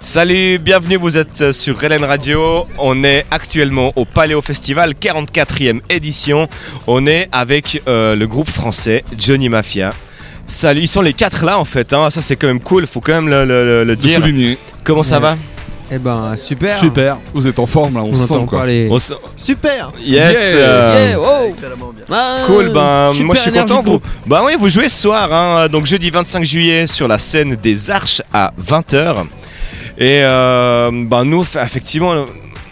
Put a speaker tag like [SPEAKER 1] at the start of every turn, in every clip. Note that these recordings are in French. [SPEAKER 1] Salut, bienvenue, vous êtes euh, sur Hélène Radio. On est actuellement au Paléo Festival, 44e édition. On est avec euh, le groupe français Johnny Mafia. Salut, ils sont les quatre là en fait, hein. ça c'est quand même cool, faut quand même le, le- le- le dire.
[SPEAKER 2] souligner.
[SPEAKER 1] Comment ça
[SPEAKER 3] Ouais.
[SPEAKER 1] va
[SPEAKER 3] Eh ben super.
[SPEAKER 2] Super. Vous êtes en forme là, on,
[SPEAKER 3] On,
[SPEAKER 2] se sent
[SPEAKER 3] entend
[SPEAKER 2] quoi.
[SPEAKER 3] pas les.
[SPEAKER 1] On se-
[SPEAKER 4] Super
[SPEAKER 1] Yes
[SPEAKER 2] Yeah.
[SPEAKER 1] euh,
[SPEAKER 3] Yeah, wow. Ah,
[SPEAKER 1] Cool, ben
[SPEAKER 3] super
[SPEAKER 1] moi je suis
[SPEAKER 3] énergie
[SPEAKER 1] content.
[SPEAKER 3] de groupe.
[SPEAKER 1] Vous, bah oui, vous jouez ce soir, hein, donc jeudi 25 juillet sur la scène des Arches à 20h. Et euh, ben nous, fa- effectivement,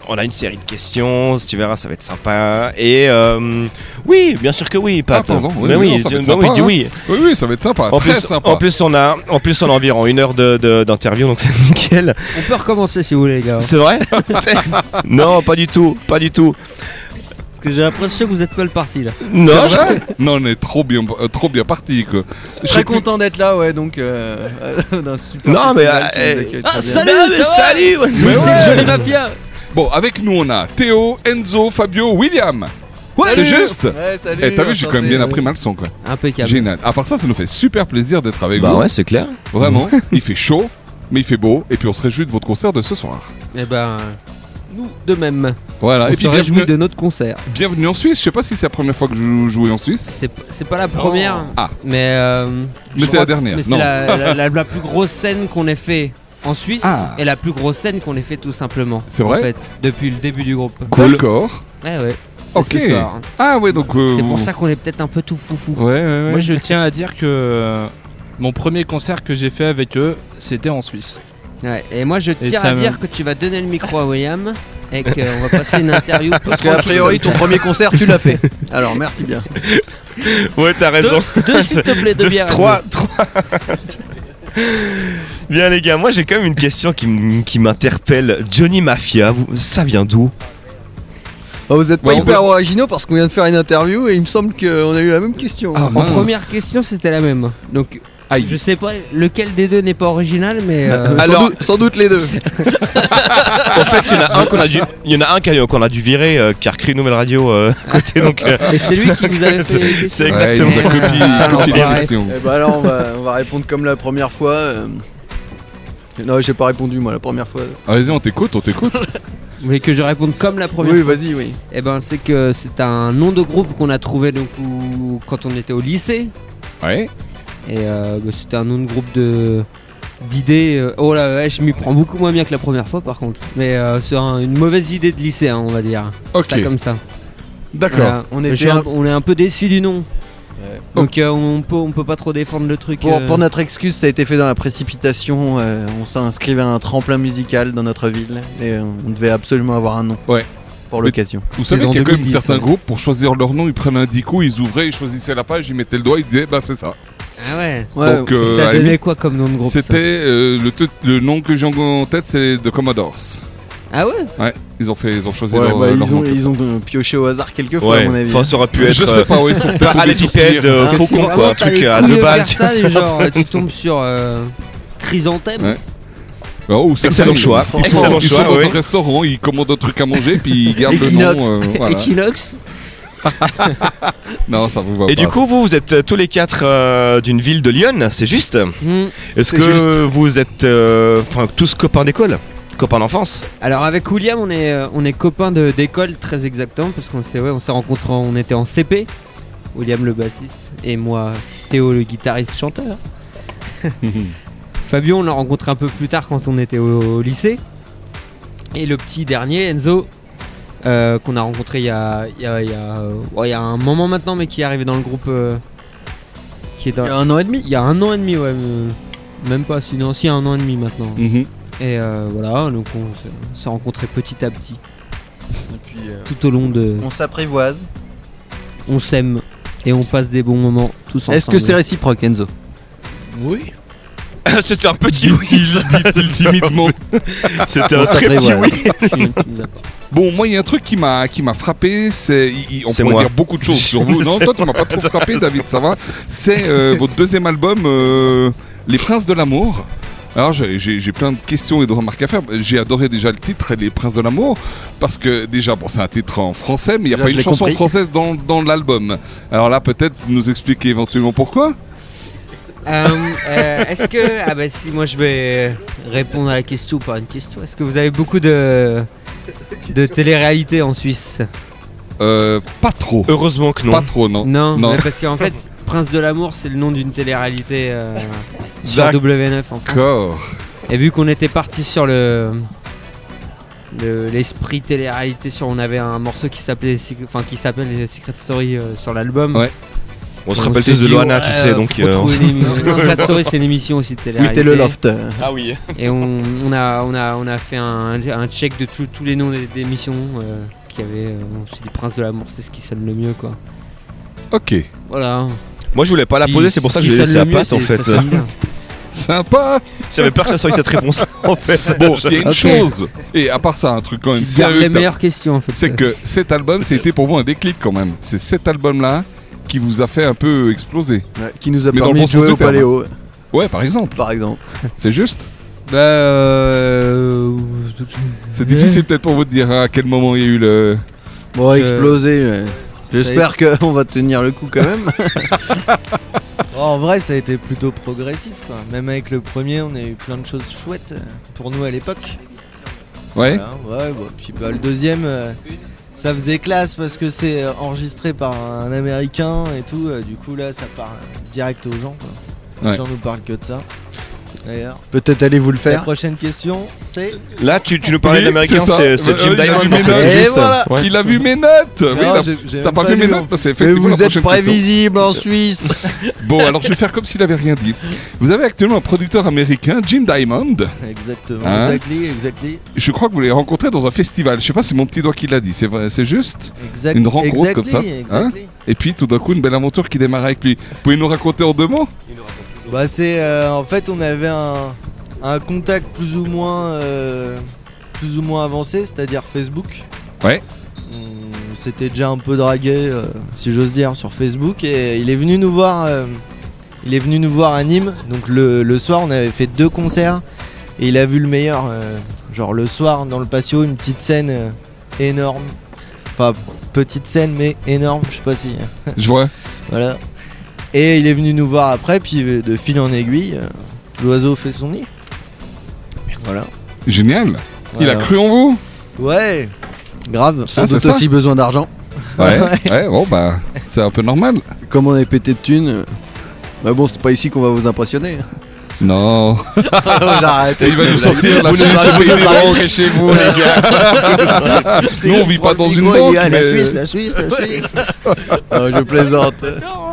[SPEAKER 1] on a une série de questions, si tu verras, ça va être sympa. Et euh, oui, bien sûr que oui, Pat.
[SPEAKER 2] Ah, pardon, oui,
[SPEAKER 1] Mais
[SPEAKER 2] oui,
[SPEAKER 1] oui,
[SPEAKER 2] non, ça va
[SPEAKER 1] Dieu-
[SPEAKER 2] être
[SPEAKER 1] bah
[SPEAKER 2] sympa,
[SPEAKER 1] oui, dis
[SPEAKER 2] hein.
[SPEAKER 1] oui.
[SPEAKER 2] Oui, oui, ça va être sympa.
[SPEAKER 1] En
[SPEAKER 2] très
[SPEAKER 1] plus,
[SPEAKER 2] sympa.
[SPEAKER 1] en plus, on a, en plus, on a environ une heure de- de- d'interview, donc c'est nickel.
[SPEAKER 3] On peut recommencer si vous voulez les
[SPEAKER 2] Ah.
[SPEAKER 3] gars.
[SPEAKER 1] C'est vrai Non, pas du tout, pas du tout.
[SPEAKER 3] Parce que j'ai l'impression que vous êtes mal parti là.
[SPEAKER 1] Non, je-
[SPEAKER 2] Non, on est trop bien, euh, trop bien parti quoi. Je sais
[SPEAKER 4] Très content d'être là, ouais, donc euh, d'un super.
[SPEAKER 1] Non, mais,
[SPEAKER 4] festival qui
[SPEAKER 1] euh,
[SPEAKER 4] nous accueille
[SPEAKER 3] ah,
[SPEAKER 4] très bien.
[SPEAKER 3] Salut,
[SPEAKER 1] Non, mais
[SPEAKER 3] ça va
[SPEAKER 1] salut
[SPEAKER 2] Mais
[SPEAKER 3] C'est
[SPEAKER 2] ouais.
[SPEAKER 3] Johnny Mafia.
[SPEAKER 2] plus- Bon, avec nous on a Théo, Enzo, Fabio, William.
[SPEAKER 3] Ouais,
[SPEAKER 2] c'est juste.
[SPEAKER 4] Ouais, salut
[SPEAKER 2] Eh, t'as vu, j'ai quand même bien appris ma leçon quoi.
[SPEAKER 3] Impeccable.
[SPEAKER 2] Génial. À part ça, ça nous fait super plaisir d'être avec
[SPEAKER 1] Bah
[SPEAKER 2] vous.
[SPEAKER 1] ouais, c'est clair.
[SPEAKER 2] Vraiment, il fait chaud, mais il fait beau, et puis on se réjouit de votre concert de ce soir.
[SPEAKER 3] Eh ben nous de même.
[SPEAKER 2] Voilà.
[SPEAKER 3] on
[SPEAKER 2] Ah, et puis
[SPEAKER 3] se réjouit
[SPEAKER 2] bienvenue,
[SPEAKER 3] de notre concert.
[SPEAKER 2] bienvenue en Suisse. Je sais pas si c'est la première fois que vous jouez en Suisse.
[SPEAKER 3] C'est c'est pas la première.
[SPEAKER 2] Ah.
[SPEAKER 3] Mais. euh, je
[SPEAKER 2] c'est
[SPEAKER 3] crois
[SPEAKER 2] la
[SPEAKER 3] que-
[SPEAKER 2] dernière,
[SPEAKER 3] Mais c'est
[SPEAKER 2] non.
[SPEAKER 3] la, la- la- la plus grosse scène qu'on ait fait en Suisse
[SPEAKER 2] Ah.
[SPEAKER 3] et la plus grosse scène qu'on ait fait tout simplement.
[SPEAKER 2] C'est
[SPEAKER 3] En
[SPEAKER 2] vrai
[SPEAKER 3] fait, depuis le début du groupe. Eh
[SPEAKER 2] D'accord.
[SPEAKER 3] Ouais ouais. C'est
[SPEAKER 2] Ok.
[SPEAKER 3] ce soir.
[SPEAKER 2] Ah ouais, donc. euh,
[SPEAKER 3] C'est pour
[SPEAKER 2] vous-
[SPEAKER 3] ça qu'on est peut-être un peu tout foufou.
[SPEAKER 2] Ouais, ouais,
[SPEAKER 5] Moi
[SPEAKER 2] ouais.
[SPEAKER 5] je tiens à dire que euh, mon premier concert que j'ai fait avec eux, c'était en Suisse.
[SPEAKER 3] Ouais, et moi je tiens
[SPEAKER 5] ça
[SPEAKER 3] à
[SPEAKER 5] me-
[SPEAKER 3] dire que tu vas donner le micro à William et qu'on va passer une interview. plus
[SPEAKER 4] Parce qu'a
[SPEAKER 3] tranquille
[SPEAKER 4] priori,
[SPEAKER 3] comme
[SPEAKER 4] ton
[SPEAKER 3] ça.
[SPEAKER 4] premier concert, tu l'as fait. Alors, merci bien.
[SPEAKER 1] Ouais, t'as raison.
[SPEAKER 3] Deux, deux, s'il te plaît, deux,
[SPEAKER 1] Deux,
[SPEAKER 3] bières.
[SPEAKER 1] trois, trois. Bien les gars, moi j'ai quand même une question qui, m- qui m'interpelle. Johnny Mafia, vous- ça vient d'où
[SPEAKER 4] Bah, vous êtes pas
[SPEAKER 2] Ouais, on
[SPEAKER 4] hyper originaux parce qu'on vient de faire une interview et il me semble qu'on a eu la même question.
[SPEAKER 2] Ah,
[SPEAKER 3] En
[SPEAKER 2] mince.
[SPEAKER 3] première question, c'était la même. Donc,
[SPEAKER 2] Aïe.
[SPEAKER 3] je sais pas lequel des deux n'est pas original, mais. euh,
[SPEAKER 4] Sans,
[SPEAKER 1] Alors-
[SPEAKER 4] doute, sans doute les deux.
[SPEAKER 1] En fait, il y en
[SPEAKER 2] Ah,
[SPEAKER 1] a un qu'on a dû, il y en a un qu'a- qu'on a dû virer euh, qui a recréé une nouvelle radio euh, à côté. Donc, euh,
[SPEAKER 3] et c'est lui qui vous avait fait. les questions.
[SPEAKER 1] c'est exactement.
[SPEAKER 2] Ouais, il nous a copié-
[SPEAKER 3] Ah,
[SPEAKER 2] copié les
[SPEAKER 3] l'enfoiré.
[SPEAKER 2] questions.
[SPEAKER 4] Eh bah, alors, on va, on va répondre comme la première fois. euh. Non, j'ai pas répondu moi la première fois.
[SPEAKER 2] Ah, Vas-y, on t'écoute, on t'écoute.
[SPEAKER 3] Vous voulez que je réponde comme la première
[SPEAKER 4] Oui, vas-y, oui.
[SPEAKER 3] Eh ben, c'est que c'est un nom de groupe qu'on a trouvé donc, où- quand on était au lycée.
[SPEAKER 2] Ouais.
[SPEAKER 3] Et euh, bah, c'était un nom de groupe de d'idées. euh, Oh là, ouais, je m'y prends beaucoup moins bien que la première fois par contre. Mais euh, c'est un- une mauvaise idée de lycée, hein, on va dire.
[SPEAKER 2] Ok.
[SPEAKER 3] Ça comme ça.
[SPEAKER 2] D'accord.
[SPEAKER 3] Voilà.
[SPEAKER 4] On
[SPEAKER 3] Mais
[SPEAKER 4] était
[SPEAKER 3] je suis un-
[SPEAKER 4] un-
[SPEAKER 3] on est un peu déçu du nom.
[SPEAKER 4] Ouais.
[SPEAKER 3] Donc euh, on peut on peut pas trop défendre le truc.
[SPEAKER 4] Pour,
[SPEAKER 3] euh,
[SPEAKER 4] pour notre excuse, ça a été fait dans la précipitation. euh, on s'est inscrit à un tremplin musical dans notre ville et euh, on devait absolument avoir un nom.
[SPEAKER 2] Ouais.
[SPEAKER 4] Pour
[SPEAKER 2] Mais-
[SPEAKER 4] l'occasion.
[SPEAKER 2] Vous savez
[SPEAKER 3] dans
[SPEAKER 2] qu'il y a quand même
[SPEAKER 3] 2010,
[SPEAKER 2] certains
[SPEAKER 3] ouais.
[SPEAKER 2] groupes, pour choisir leur nom, ils prennent un dico, ils ouvraient, ils choisissaient la page, ils mettaient le doigt, ils disaient, bah c'est ça.
[SPEAKER 3] Ah ouais.
[SPEAKER 4] Ouais,
[SPEAKER 2] Donc, euh,
[SPEAKER 3] Et ça
[SPEAKER 2] à la
[SPEAKER 3] donnait
[SPEAKER 2] limite,
[SPEAKER 3] quoi comme nom de groupe ça
[SPEAKER 2] c'était euh, le, te- le nom que j'ai en tête, c'est de Commodores.
[SPEAKER 3] Ah ouais.
[SPEAKER 2] Ouais, ils ont fait, ils ont choisi
[SPEAKER 4] ouais,
[SPEAKER 2] leur,
[SPEAKER 4] bah,
[SPEAKER 2] leur
[SPEAKER 4] ils,
[SPEAKER 2] nom.
[SPEAKER 4] ont, ils ont euh, pioché au hasard quelques fois, à mon
[SPEAKER 1] Ouais,
[SPEAKER 4] avis.
[SPEAKER 1] enfin, ça aurait pu être.
[SPEAKER 2] hein.
[SPEAKER 1] euh,
[SPEAKER 2] je sais pas où ils sont. peut-être tombés sur
[SPEAKER 1] Parallélipède,
[SPEAKER 2] Pierre.
[SPEAKER 1] euh,
[SPEAKER 4] Ah,
[SPEAKER 3] Si
[SPEAKER 1] faucon
[SPEAKER 3] vraiment
[SPEAKER 1] quoi, un
[SPEAKER 3] t'as
[SPEAKER 1] truc
[SPEAKER 3] les
[SPEAKER 1] à
[SPEAKER 3] couilles
[SPEAKER 1] deux balles.
[SPEAKER 3] vers ça, et genre tu tombes sur euh, chrysanthème.
[SPEAKER 2] Ouais. Ah, ou certains,
[SPEAKER 1] Excellent
[SPEAKER 2] ils-
[SPEAKER 1] choix,
[SPEAKER 2] Ils sont,
[SPEAKER 1] excellent
[SPEAKER 2] ils sont
[SPEAKER 1] choix,
[SPEAKER 2] dans
[SPEAKER 1] ouais.
[SPEAKER 2] un restaurant, ils commandent un truc à manger, puis ils gardent le
[SPEAKER 4] Equinox.
[SPEAKER 2] nom. euh, voilà.
[SPEAKER 3] Equinox.
[SPEAKER 2] Non, ça vous va
[SPEAKER 1] Et
[SPEAKER 2] pas.
[SPEAKER 1] du coup, vous, vous êtes euh, tous les quatre euh, d'une ville de Lyon, c'est juste
[SPEAKER 3] Hmm.
[SPEAKER 1] Est-ce
[SPEAKER 4] C'est
[SPEAKER 1] que
[SPEAKER 4] juste.
[SPEAKER 1] vous êtes euh, enfin, tous copains d'école Copains d'enfance
[SPEAKER 3] Alors avec William, on est, euh, on est copains de- d'école très exactement parce qu'on s'est ouais, on s'est rencontrés, en- on était en CP. William le bassiste et moi Théo le guitariste chanteur. Fabio, on l'a rencontré un peu plus tard quand on était au, au lycée. Et le petit dernier, Enzo, euh, qu'on a rencontré il y a, il y a- il y a, euh, ouais, il y a un moment maintenant, mais qui est arrivé dans le groupe. euh, qui est dans-
[SPEAKER 4] Il y a un an et demi.
[SPEAKER 3] il y a un an et demi, ouais. euh, Même pas, sinon, si, un an et demi maintenant.
[SPEAKER 2] Mhm.
[SPEAKER 3] Et euh, voilà, donc on s'est- on s'est rencontrés petit à petit,
[SPEAKER 4] Et puis, euh,
[SPEAKER 3] tout au long de.
[SPEAKER 4] on s'apprivoise.
[SPEAKER 3] On s'aime et on passe des bons moments tous ensemble.
[SPEAKER 4] Est-ce que c'est réciproque, Enzo
[SPEAKER 5] Oui.
[SPEAKER 1] C'était un petit oui, ça.
[SPEAKER 2] Timidement. Ah,
[SPEAKER 1] C'était un
[SPEAKER 4] On
[SPEAKER 1] très petit
[SPEAKER 4] s'apprivoise.
[SPEAKER 1] oui.
[SPEAKER 2] Bon, moi, il y a un truc qui m'a qui m'a frappé. C'est il- il- on
[SPEAKER 1] C'est
[SPEAKER 2] peut
[SPEAKER 1] moi.
[SPEAKER 2] dire beaucoup de choses sur vous. Non,
[SPEAKER 1] C'est
[SPEAKER 2] toi, tu m'as pas trop frappé, David. Ça va. C'est euh, votre deuxième album, euh, Les Princes de l'amour. Alors j'ai- j'ai j'ai plein de questions et de remarques à faire. J'ai adoré déjà le titre Les Princes de l'amour parce que déjà bon c'est un titre en français mais il n'y a
[SPEAKER 4] Déjà,
[SPEAKER 2] pas
[SPEAKER 4] je
[SPEAKER 2] une
[SPEAKER 4] l'ai
[SPEAKER 2] chanson
[SPEAKER 4] compris.
[SPEAKER 2] française dans, dans l'album. Alors là peut-être vous nous expliquez éventuellement pourquoi.
[SPEAKER 3] Euh, euh, Est-ce que. Ah bah si, moi je vais répondre à la question par une question. Est-ce que vous avez beaucoup de. de télé-réalité en Suisse
[SPEAKER 2] Euh, pas trop.
[SPEAKER 1] Heureusement que
[SPEAKER 2] Pas
[SPEAKER 1] non.
[SPEAKER 2] trop non.
[SPEAKER 3] Non,
[SPEAKER 2] Non.
[SPEAKER 3] mais parce qu'en fait, Prince de l'amour, c'est le nom d'une télé-réalité euh, sur
[SPEAKER 1] D'accord.
[SPEAKER 3] W9 en France.
[SPEAKER 2] D'accord.
[SPEAKER 3] Et vu qu'on était parti sur le. le- L'esprit télé-réalité sur on avait un morceau qui s'appelait Sec- enfin qui s'appelle Secret Story euh, sur l'album.
[SPEAKER 2] Ouais.
[SPEAKER 1] On se
[SPEAKER 3] On
[SPEAKER 1] rappelle
[SPEAKER 3] s'est
[SPEAKER 1] tous de
[SPEAKER 3] dit,
[SPEAKER 1] Loana,
[SPEAKER 3] ouais,
[SPEAKER 1] tu sais,
[SPEAKER 3] euh,
[SPEAKER 1] donc.
[SPEAKER 3] faut
[SPEAKER 1] euh,
[SPEAKER 3] trouver
[SPEAKER 1] on-
[SPEAKER 3] une émission. Secret Story, c'est une émission aussi de télé-réalité.
[SPEAKER 4] C'était le loft. euh,
[SPEAKER 1] Ah oui.
[SPEAKER 3] Et on, on a, on, a, on a fait un, un check de tous- tous les noms des, des missions euh, qu'il y avait. euh, c'est des princes de l'amour, c'est ce qui sonne le mieux quoi.
[SPEAKER 2] Ok.
[SPEAKER 3] Voilà.
[SPEAKER 1] Moi, je voulais pas la poser, c'est pour ça que je l'ai laissé à Pat en fait.
[SPEAKER 2] Sympa.
[SPEAKER 1] J'avais peur que ça soit cette réponse en fait.
[SPEAKER 2] Bon, il y a une
[SPEAKER 3] Ok.
[SPEAKER 2] chose. Et à part ça, un truc quand même
[SPEAKER 3] Tu
[SPEAKER 2] sérieux.
[SPEAKER 3] gardes les
[SPEAKER 2] que t'as-
[SPEAKER 3] meilleures questions en fait.
[SPEAKER 2] c'est que cet album, c'était pour vous un déclic quand même. C'est cet album-là qui vous a fait un peu exploser.
[SPEAKER 4] qui nous a
[SPEAKER 2] Mais dans le
[SPEAKER 4] permis
[SPEAKER 2] bon
[SPEAKER 4] de jouer
[SPEAKER 2] sens
[SPEAKER 4] au
[SPEAKER 2] du terme.
[SPEAKER 4] paléo,
[SPEAKER 2] Ouais, par exemple.
[SPEAKER 4] par exemple.
[SPEAKER 2] C'est juste.
[SPEAKER 3] Bah. euh,
[SPEAKER 2] C'est difficile peut-être pour vous de dire hein, à quel moment il y a eu le.
[SPEAKER 4] Bon,
[SPEAKER 3] Euh,
[SPEAKER 4] explosé. euh, J'espère qu'on va tenir le coup quand même.
[SPEAKER 6] Oh, en vrai, ça a été plutôt progressif. Quoi. Même avec le premier, on a eu plein de choses chouettes euh, pour nous à l'époque.
[SPEAKER 2] Ouais.
[SPEAKER 6] Voilà, ouais, bon, Puis bah, le deuxième, euh, ça faisait classe parce que c'est euh, enregistré par un américain et tout. euh, du coup, là, ça parle direct aux gens. Quoi.
[SPEAKER 2] Ouais.
[SPEAKER 6] Les gens nous parlent que de ça. D'ailleurs,
[SPEAKER 4] Peut-être allez-vous le
[SPEAKER 6] la
[SPEAKER 4] faire.
[SPEAKER 6] prochaine question, c'est.
[SPEAKER 1] Là, tu, tu nous parlais
[SPEAKER 2] Oui,
[SPEAKER 1] d'américain,
[SPEAKER 2] c'est ça.
[SPEAKER 1] c'est c'est
[SPEAKER 2] Euh,
[SPEAKER 1] Jim
[SPEAKER 2] euh,
[SPEAKER 1] Diamond en
[SPEAKER 2] Jimmy
[SPEAKER 1] fait, c'est
[SPEAKER 6] Et
[SPEAKER 1] juste.
[SPEAKER 6] voilà.
[SPEAKER 2] Il a vu mes notes. Oui, il
[SPEAKER 6] Non,
[SPEAKER 2] a-
[SPEAKER 6] j'ai- j'ai
[SPEAKER 2] T'as
[SPEAKER 6] même
[SPEAKER 2] pas vu
[SPEAKER 6] lu,
[SPEAKER 2] mes
[SPEAKER 6] moi.
[SPEAKER 2] notes. C'est
[SPEAKER 4] Et
[SPEAKER 2] effectivement la
[SPEAKER 4] vous êtes
[SPEAKER 2] prochaine question.
[SPEAKER 4] prévisible en Suisse.
[SPEAKER 2] Bon, alors je vais faire comme s'il avait rien dit. Vous avez actuellement un producteur américain, Jim Diamond.
[SPEAKER 6] Exactement,
[SPEAKER 2] Hein
[SPEAKER 6] exactly, exactly.
[SPEAKER 2] Je crois que vous l'avez rencontré dans un festival. Je sais pas, c'est mon petit doigt qui l'a dit. C'est vrai, c'est juste.
[SPEAKER 6] Exact-
[SPEAKER 2] Une rencontre
[SPEAKER 6] exactly,
[SPEAKER 2] comme ça, hein
[SPEAKER 6] exactly.
[SPEAKER 2] Et puis tout d'un coup, une belle aventure qui démarre avec lui. Vous pouvez nous raconter en deux mots
[SPEAKER 6] Bah c'est euh, en fait on avait un, un contact plus ou moins euh, plus ou moins avancé, c'est-à-dire Facebook.
[SPEAKER 2] Ouais.
[SPEAKER 6] On s'était déjà un peu dragué, euh, si j'ose dire, sur Facebook et il est venu nous voir. euh, il est venu nous voir à Nîmes. Donc le, le soir on avait fait deux concerts et il a vu le meilleur. euh, genre le soir dans le patio une petite scène euh, énorme. Enfin petite scène mais énorme, je sais pas si. euh,
[SPEAKER 2] Je vois.
[SPEAKER 6] Voilà. Et il est venu nous voir après, puis euh, de fil en aiguille, euh, l'oiseau fait son nid. Voilà.
[SPEAKER 2] Génial. Il a
[SPEAKER 6] Voilà.
[SPEAKER 2] cru en vous
[SPEAKER 6] Ouais, grave.
[SPEAKER 4] Sans
[SPEAKER 2] Ah,
[SPEAKER 4] doute
[SPEAKER 2] c'est ça.
[SPEAKER 4] aussi besoin d'argent.
[SPEAKER 2] Ouais, ouais, bon bah, c'est un peu normal.
[SPEAKER 4] Comme on est pété de thunes. euh, Bah bon, c'est pas ici qu'on va vous impressionner. Oh,
[SPEAKER 2] Non.
[SPEAKER 4] J'arrête.
[SPEAKER 2] Et il va nous sortir la
[SPEAKER 4] Vous nous
[SPEAKER 2] Suisse,
[SPEAKER 4] arrêtez
[SPEAKER 2] pays
[SPEAKER 4] pas,
[SPEAKER 2] des
[SPEAKER 4] arrêtez.
[SPEAKER 2] banques.
[SPEAKER 1] chez vous, les gars.
[SPEAKER 2] Nous, on vit pas dans une
[SPEAKER 4] Il
[SPEAKER 2] banque.
[SPEAKER 4] dit, ah, la
[SPEAKER 2] mais- euh,
[SPEAKER 4] Suisse, la Suisse, la Suisse. Non, je plaisante.
[SPEAKER 2] Non,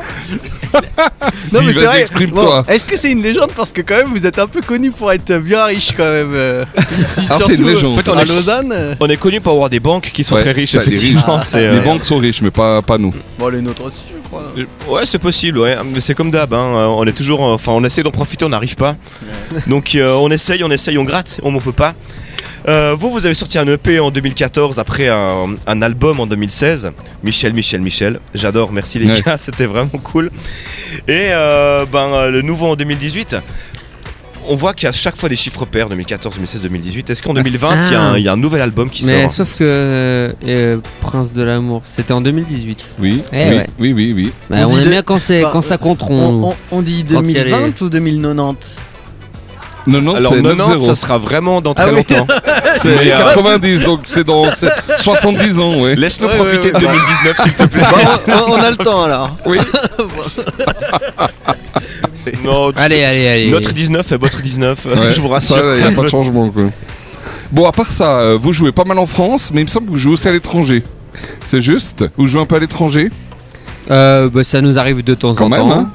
[SPEAKER 2] mais Dis, c'est vas-y, vrai. exprime-toi. Bon,
[SPEAKER 4] Est-ce que c'est une légende Parce que quand même, vous êtes un peu connu pour être bien riche quand même. euh, Ici, euh,
[SPEAKER 2] Alors, Ah, c'est une surtout, légende. en fait, on à est-
[SPEAKER 4] Lausanne.
[SPEAKER 1] On est connu pour avoir des banques qui sont
[SPEAKER 2] Ouais,
[SPEAKER 1] très riches,
[SPEAKER 2] ça, les riches.
[SPEAKER 1] effectivement. c'est,
[SPEAKER 2] Les
[SPEAKER 1] euh,
[SPEAKER 2] banques sont riches, mais pas, pas nous.
[SPEAKER 4] Bon, les nôtres aussi, je crois.
[SPEAKER 1] Ouais, c'est possible, ouais. Mais c'est comme d'hab, hein. Euh, on est toujours. euh, Enfin, on essaie d'en profiter, on n'arrive pas. Donc, euh, on essaye, on essaye, on gratte, on ne peut pas. Euh, vous, vous avez sorti un EP en 2014 après un, un album en 2016. Michel, Michel, Michel. J'adore, merci les
[SPEAKER 2] Ouais.
[SPEAKER 1] gars, c'était vraiment cool. Et euh, ben, euh, le nouveau en 2018. On voit qu'à chaque fois des chiffres pairs, 2014, 2016, 2018. Est-ce
[SPEAKER 4] Ah.
[SPEAKER 1] qu'en 2020, il y a un- il y, a un nouvel album qui
[SPEAKER 3] Mais
[SPEAKER 1] sort
[SPEAKER 3] sauf que euh, euh, Prince de l'amour, c'était en 2018.
[SPEAKER 2] Oui,
[SPEAKER 3] Eh
[SPEAKER 2] oui,
[SPEAKER 3] ouais.
[SPEAKER 2] oui, oui, oui.
[SPEAKER 3] Bah,
[SPEAKER 4] On
[SPEAKER 3] on
[SPEAKER 4] dit
[SPEAKER 3] aime
[SPEAKER 4] de-
[SPEAKER 3] bien quand, c'est
[SPEAKER 4] Enfin,
[SPEAKER 3] quand ça compte
[SPEAKER 4] On,
[SPEAKER 3] rond.
[SPEAKER 4] on- on dit
[SPEAKER 3] Quand il y a
[SPEAKER 4] 2020 ou 2090
[SPEAKER 2] Non, non,
[SPEAKER 1] Alors
[SPEAKER 2] c'est
[SPEAKER 1] 90,
[SPEAKER 2] 90,
[SPEAKER 1] ça sera vraiment dans très
[SPEAKER 4] Ah oui.
[SPEAKER 1] longtemps.
[SPEAKER 2] c'est
[SPEAKER 1] Mais, euh,
[SPEAKER 2] 90, donc c'est dans c'est 70 ans, ouais.
[SPEAKER 1] Laisse-nous
[SPEAKER 4] Ouais,
[SPEAKER 1] profiter
[SPEAKER 4] ouais,
[SPEAKER 1] de
[SPEAKER 4] ouais.
[SPEAKER 1] 2019, s'il te plaît.
[SPEAKER 4] Bon, on, on a le temps alors. c'est.
[SPEAKER 1] Non,
[SPEAKER 3] Allez, allez, allez.
[SPEAKER 1] notre 19 est votre 19,
[SPEAKER 2] Ouais.
[SPEAKER 1] je vous rassure.
[SPEAKER 2] Ça, Il n'y a pas de changement. Quoi. Bon, à part ça, euh, vous jouez pas mal en France, mais il me semble que vous jouez aussi à l'étranger. C'est juste Vous jouez un peu à l'étranger
[SPEAKER 3] Euh, bah, ça nous arrive de temps
[SPEAKER 2] Quand
[SPEAKER 3] en
[SPEAKER 2] même,
[SPEAKER 3] temps.
[SPEAKER 2] hein.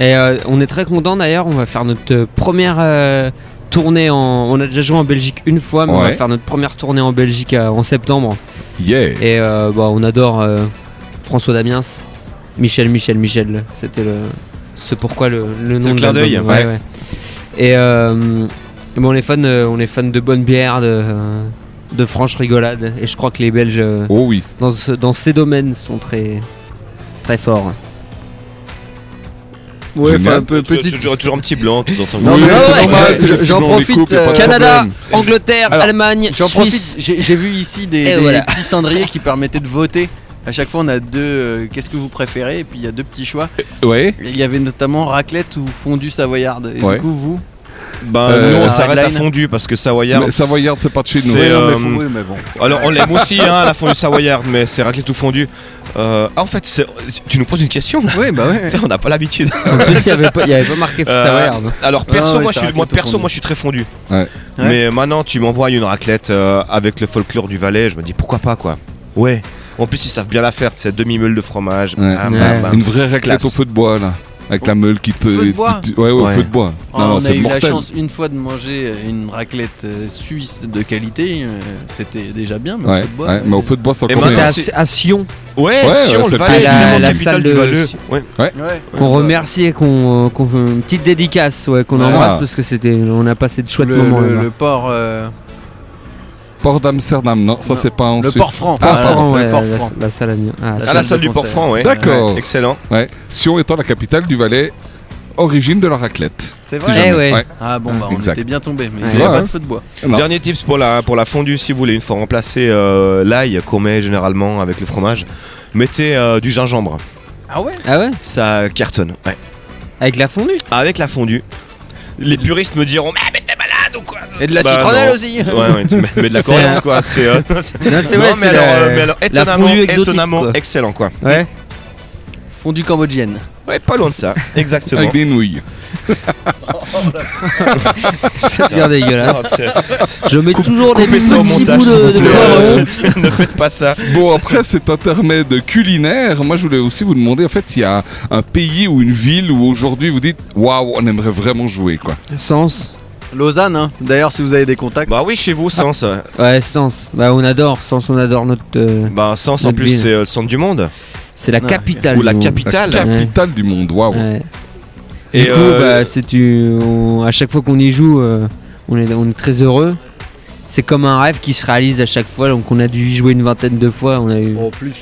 [SPEAKER 3] Et euh, on est très content d'ailleurs. On va faire notre première euh, tournée en. On a déjà joué en Belgique une fois, mais on va
[SPEAKER 2] Ouais.
[SPEAKER 3] faire notre première tournée en Belgique euh, en septembre.
[SPEAKER 2] Yeah
[SPEAKER 3] Et euh, bah, on adore euh, François Damiens, Michel, Michel, Michel. C'était le, ce pourquoi le, le
[SPEAKER 1] C'est
[SPEAKER 3] nom
[SPEAKER 1] le
[SPEAKER 3] de
[SPEAKER 1] clin d'œil,
[SPEAKER 3] l'album.
[SPEAKER 1] ouais.
[SPEAKER 3] ouais. Et euh, bon, on est fan, euh, on est fan de bonne bière, de, euh, de franche rigolade. Et je crois que les Belges euh,
[SPEAKER 2] Oh oui.
[SPEAKER 3] dans, ce- dans ces domaines sont très très forts.
[SPEAKER 4] Ouais,
[SPEAKER 2] Génial.
[SPEAKER 4] enfin, un peu
[SPEAKER 1] Tu- tu-
[SPEAKER 4] petite.
[SPEAKER 1] tu- toujours un petit blanc de temps en temps.
[SPEAKER 4] Non,
[SPEAKER 2] Oui,
[SPEAKER 4] mais
[SPEAKER 2] mais
[SPEAKER 4] ouais,
[SPEAKER 2] c'est
[SPEAKER 4] ouais,
[SPEAKER 2] normal,
[SPEAKER 3] euh,
[SPEAKER 4] je-
[SPEAKER 2] c'est les petits
[SPEAKER 4] j'en
[SPEAKER 2] blancs, les
[SPEAKER 4] profite,
[SPEAKER 2] couples, y a pas de
[SPEAKER 4] euh,
[SPEAKER 3] Canada,
[SPEAKER 2] problème.
[SPEAKER 3] Angleterre,
[SPEAKER 2] Alors,
[SPEAKER 3] Allemagne,
[SPEAKER 4] J'en
[SPEAKER 3] Suisse.
[SPEAKER 4] profite, j'ai j'ai vu ici des,
[SPEAKER 3] Et
[SPEAKER 4] des
[SPEAKER 3] voilà.
[SPEAKER 4] petits cendriers qui permettaient de voter. À chaque fois, on a deux. euh, Qu'est-ce que vous préférez Et puis, il y a deux petits choix.
[SPEAKER 2] Ouais.
[SPEAKER 4] Il y avait notamment raclette ou fondue savoyarde. Et
[SPEAKER 2] Ouais.
[SPEAKER 4] du coup, vous.
[SPEAKER 1] Ben,
[SPEAKER 2] Euh,
[SPEAKER 1] nous, on
[SPEAKER 4] la
[SPEAKER 1] s'arrête à
[SPEAKER 4] hardline.
[SPEAKER 1] fondu parce que Savoyard.
[SPEAKER 2] Mais Savoyard, c'est pas de chez nous.
[SPEAKER 1] C'est,
[SPEAKER 4] Ouais, non, mais
[SPEAKER 1] euh,
[SPEAKER 4] faut- oui, mais bon.
[SPEAKER 1] Alors, on l'aime aussi, hein, la fondue Savoyard, mais c'est raclette tout fondu. Euh, ah, en fait, c'est- tu nous poses une question là
[SPEAKER 4] Oui, bah ouais.
[SPEAKER 1] Putain, On n'a pas l'habitude.
[SPEAKER 3] En plus, il n'y avait, pas- il y avait pas marqué hein.
[SPEAKER 1] Euh,
[SPEAKER 3] Savoyard.
[SPEAKER 1] Alors perso,
[SPEAKER 4] Ah ouais,
[SPEAKER 1] moi,
[SPEAKER 4] c'est
[SPEAKER 1] je suis,
[SPEAKER 4] raclette
[SPEAKER 1] moi,
[SPEAKER 4] au
[SPEAKER 1] perso
[SPEAKER 4] fondue.
[SPEAKER 1] moi je suis très fondu.
[SPEAKER 2] Ouais.
[SPEAKER 1] Mais maintenant tu m'envoies une raclette euh, avec le folklore du Valais, je me dis pourquoi pas quoi. Ouais. En plus ils savent bien la faire, c'est demi-meule de fromage.
[SPEAKER 2] Ouais.
[SPEAKER 1] Bam,
[SPEAKER 3] Ouais.
[SPEAKER 1] bam, bam.
[SPEAKER 2] Une vraie raclette
[SPEAKER 1] Classe.
[SPEAKER 2] au feu de bois, là. Avec la meule qui te.
[SPEAKER 4] Feu de bois
[SPEAKER 2] tu- tu- Ouais, ouais, au
[SPEAKER 1] Ouais.
[SPEAKER 2] feu de bois.
[SPEAKER 4] Ah,
[SPEAKER 2] non, non,
[SPEAKER 4] on a
[SPEAKER 2] c'est
[SPEAKER 4] eu
[SPEAKER 2] mortel.
[SPEAKER 4] la chance une fois de manger euh, une raclette euh, suisse de qualité. euh, C'était déjà bien, mais au
[SPEAKER 2] Ouais,
[SPEAKER 4] feu de bois,
[SPEAKER 2] ouais,
[SPEAKER 4] ouais.
[SPEAKER 2] mais au feu de bois, c'est
[SPEAKER 1] Et
[SPEAKER 2] encore
[SPEAKER 3] C'était
[SPEAKER 2] mieux.
[SPEAKER 3] à,
[SPEAKER 1] maintenant, c'est-
[SPEAKER 3] à Sion
[SPEAKER 1] Ouais,
[SPEAKER 2] Ouais,
[SPEAKER 1] si on
[SPEAKER 2] ouais,
[SPEAKER 1] le
[SPEAKER 2] c'est
[SPEAKER 1] Valais,
[SPEAKER 3] la-
[SPEAKER 1] évidemment,
[SPEAKER 3] la
[SPEAKER 1] capitale
[SPEAKER 3] salle
[SPEAKER 1] du
[SPEAKER 3] de-
[SPEAKER 1] Valais. Ouais.
[SPEAKER 4] Ouais.
[SPEAKER 3] qu'on remercie et qu'on euh, qu'on fait une petite dédicace ouais, qu'on
[SPEAKER 4] Ouais.
[SPEAKER 3] embrasse
[SPEAKER 2] Ah.
[SPEAKER 3] parce que c'était on a passé de chouettes
[SPEAKER 4] Le,
[SPEAKER 3] moments.
[SPEAKER 4] le-
[SPEAKER 3] là-bas.
[SPEAKER 4] le porc. euh,
[SPEAKER 2] Port d'Amsterdam, non, ça
[SPEAKER 4] Non.
[SPEAKER 2] c'est pas en
[SPEAKER 4] Le
[SPEAKER 2] Suisse.
[SPEAKER 4] port franc.
[SPEAKER 2] Ah,
[SPEAKER 3] Port
[SPEAKER 4] Voilà,
[SPEAKER 3] Franc,
[SPEAKER 4] le
[SPEAKER 3] ouais,
[SPEAKER 4] port
[SPEAKER 3] la,
[SPEAKER 4] franc.
[SPEAKER 3] la salle à Amiens. Ah,
[SPEAKER 1] À
[SPEAKER 3] ça-
[SPEAKER 1] la
[SPEAKER 4] salle
[SPEAKER 1] salle
[SPEAKER 4] de
[SPEAKER 1] du
[SPEAKER 4] concert.
[SPEAKER 1] Port-Franc, ouais.
[SPEAKER 2] D'accord.
[SPEAKER 1] Excellent.
[SPEAKER 2] Ouais. Sion étant la capitale du Valais, origine de la raclette.
[SPEAKER 4] C'est
[SPEAKER 2] Si
[SPEAKER 4] vrai.
[SPEAKER 3] Eh
[SPEAKER 2] jamais.
[SPEAKER 3] ouais.
[SPEAKER 4] Ah bon, bah, on
[SPEAKER 2] Exact.
[SPEAKER 4] était bien tombé, mais
[SPEAKER 3] Ouais.
[SPEAKER 4] il n'y a
[SPEAKER 2] Ouais,
[SPEAKER 4] pas
[SPEAKER 2] ouais.
[SPEAKER 4] de feu de bois.
[SPEAKER 2] Non.
[SPEAKER 1] Dernier tips pour la, pour la fondue, si vous voulez une fois remplacer euh, l'ail qu'on met généralement avec le fromage, mettez euh, du gingembre.
[SPEAKER 4] Ah ouais
[SPEAKER 3] Ah ouais
[SPEAKER 1] Ça cartonne. Ouais. Ah,
[SPEAKER 3] Avec la fondue
[SPEAKER 1] Avec la fondue. Les puristes me diront Mais, mais t'es malade ou quoi
[SPEAKER 4] Et de la
[SPEAKER 1] Bah,
[SPEAKER 4] citronnelle
[SPEAKER 1] non.
[SPEAKER 4] aussi
[SPEAKER 1] Ouais, ouais, tu mets, mets de la
[SPEAKER 3] C'est
[SPEAKER 1] coriandre
[SPEAKER 3] un-
[SPEAKER 1] quoi. C'est, euh, c'est-
[SPEAKER 3] Non, c'est
[SPEAKER 1] non,
[SPEAKER 3] vrai,
[SPEAKER 1] mais
[SPEAKER 3] c'est
[SPEAKER 1] alors,
[SPEAKER 3] la-
[SPEAKER 1] euh, mais alors, étonnamment,
[SPEAKER 3] fondue exotique,
[SPEAKER 1] étonnamment
[SPEAKER 3] quoi.
[SPEAKER 1] excellent quoi.
[SPEAKER 3] Ouais.
[SPEAKER 4] Fondue cambodgienne.
[SPEAKER 1] Ouais, pas loin de ça. Exactement.
[SPEAKER 2] Avec des nouilles.
[SPEAKER 1] Ah.
[SPEAKER 3] C'est bien
[SPEAKER 1] Non,
[SPEAKER 3] dégueulasse.
[SPEAKER 1] c'est-
[SPEAKER 3] Je mets toujours des
[SPEAKER 1] Coupez Ah. ça au
[SPEAKER 3] petits
[SPEAKER 1] montage,
[SPEAKER 3] bouts
[SPEAKER 1] s'il
[SPEAKER 3] de,
[SPEAKER 1] vous
[SPEAKER 3] de
[SPEAKER 1] plaît.
[SPEAKER 3] poivre.
[SPEAKER 1] Euh, ne faites pas ça.
[SPEAKER 2] Bon, après cet intermède culinaire, moi je voulais aussi vous demander en fait s'il y a un pays ou une ville où aujourd'hui vous dites waouh, on aimerait vraiment jouer quoi.
[SPEAKER 3] Sens.
[SPEAKER 4] Lausanne, hein. d'ailleurs, si vous avez des contacts.
[SPEAKER 1] Bah oui, chez vous, Sens. euh,
[SPEAKER 3] Ouais, Sens. Bah on adore Sens, on adore notre. euh,
[SPEAKER 1] Bah Sens en
[SPEAKER 3] Notre
[SPEAKER 1] plus,
[SPEAKER 3] ville.
[SPEAKER 1] c'est euh, le centre du monde.
[SPEAKER 3] c'est la
[SPEAKER 4] Ouais.
[SPEAKER 3] capitale.
[SPEAKER 1] Ou la
[SPEAKER 3] nous.
[SPEAKER 2] La
[SPEAKER 1] capitale.
[SPEAKER 2] capitale du monde, waouh.
[SPEAKER 3] Ouais.
[SPEAKER 1] Et
[SPEAKER 3] du coup,
[SPEAKER 1] euh,
[SPEAKER 3] bah, c'est du- on- à chaque fois qu'on y joue, euh, on, est, on est très heureux. C'est comme un rêve qui se réalise à chaque fois. Donc, on a dû y jouer une vingtaine de fois. On a eu
[SPEAKER 4] Oh, plus,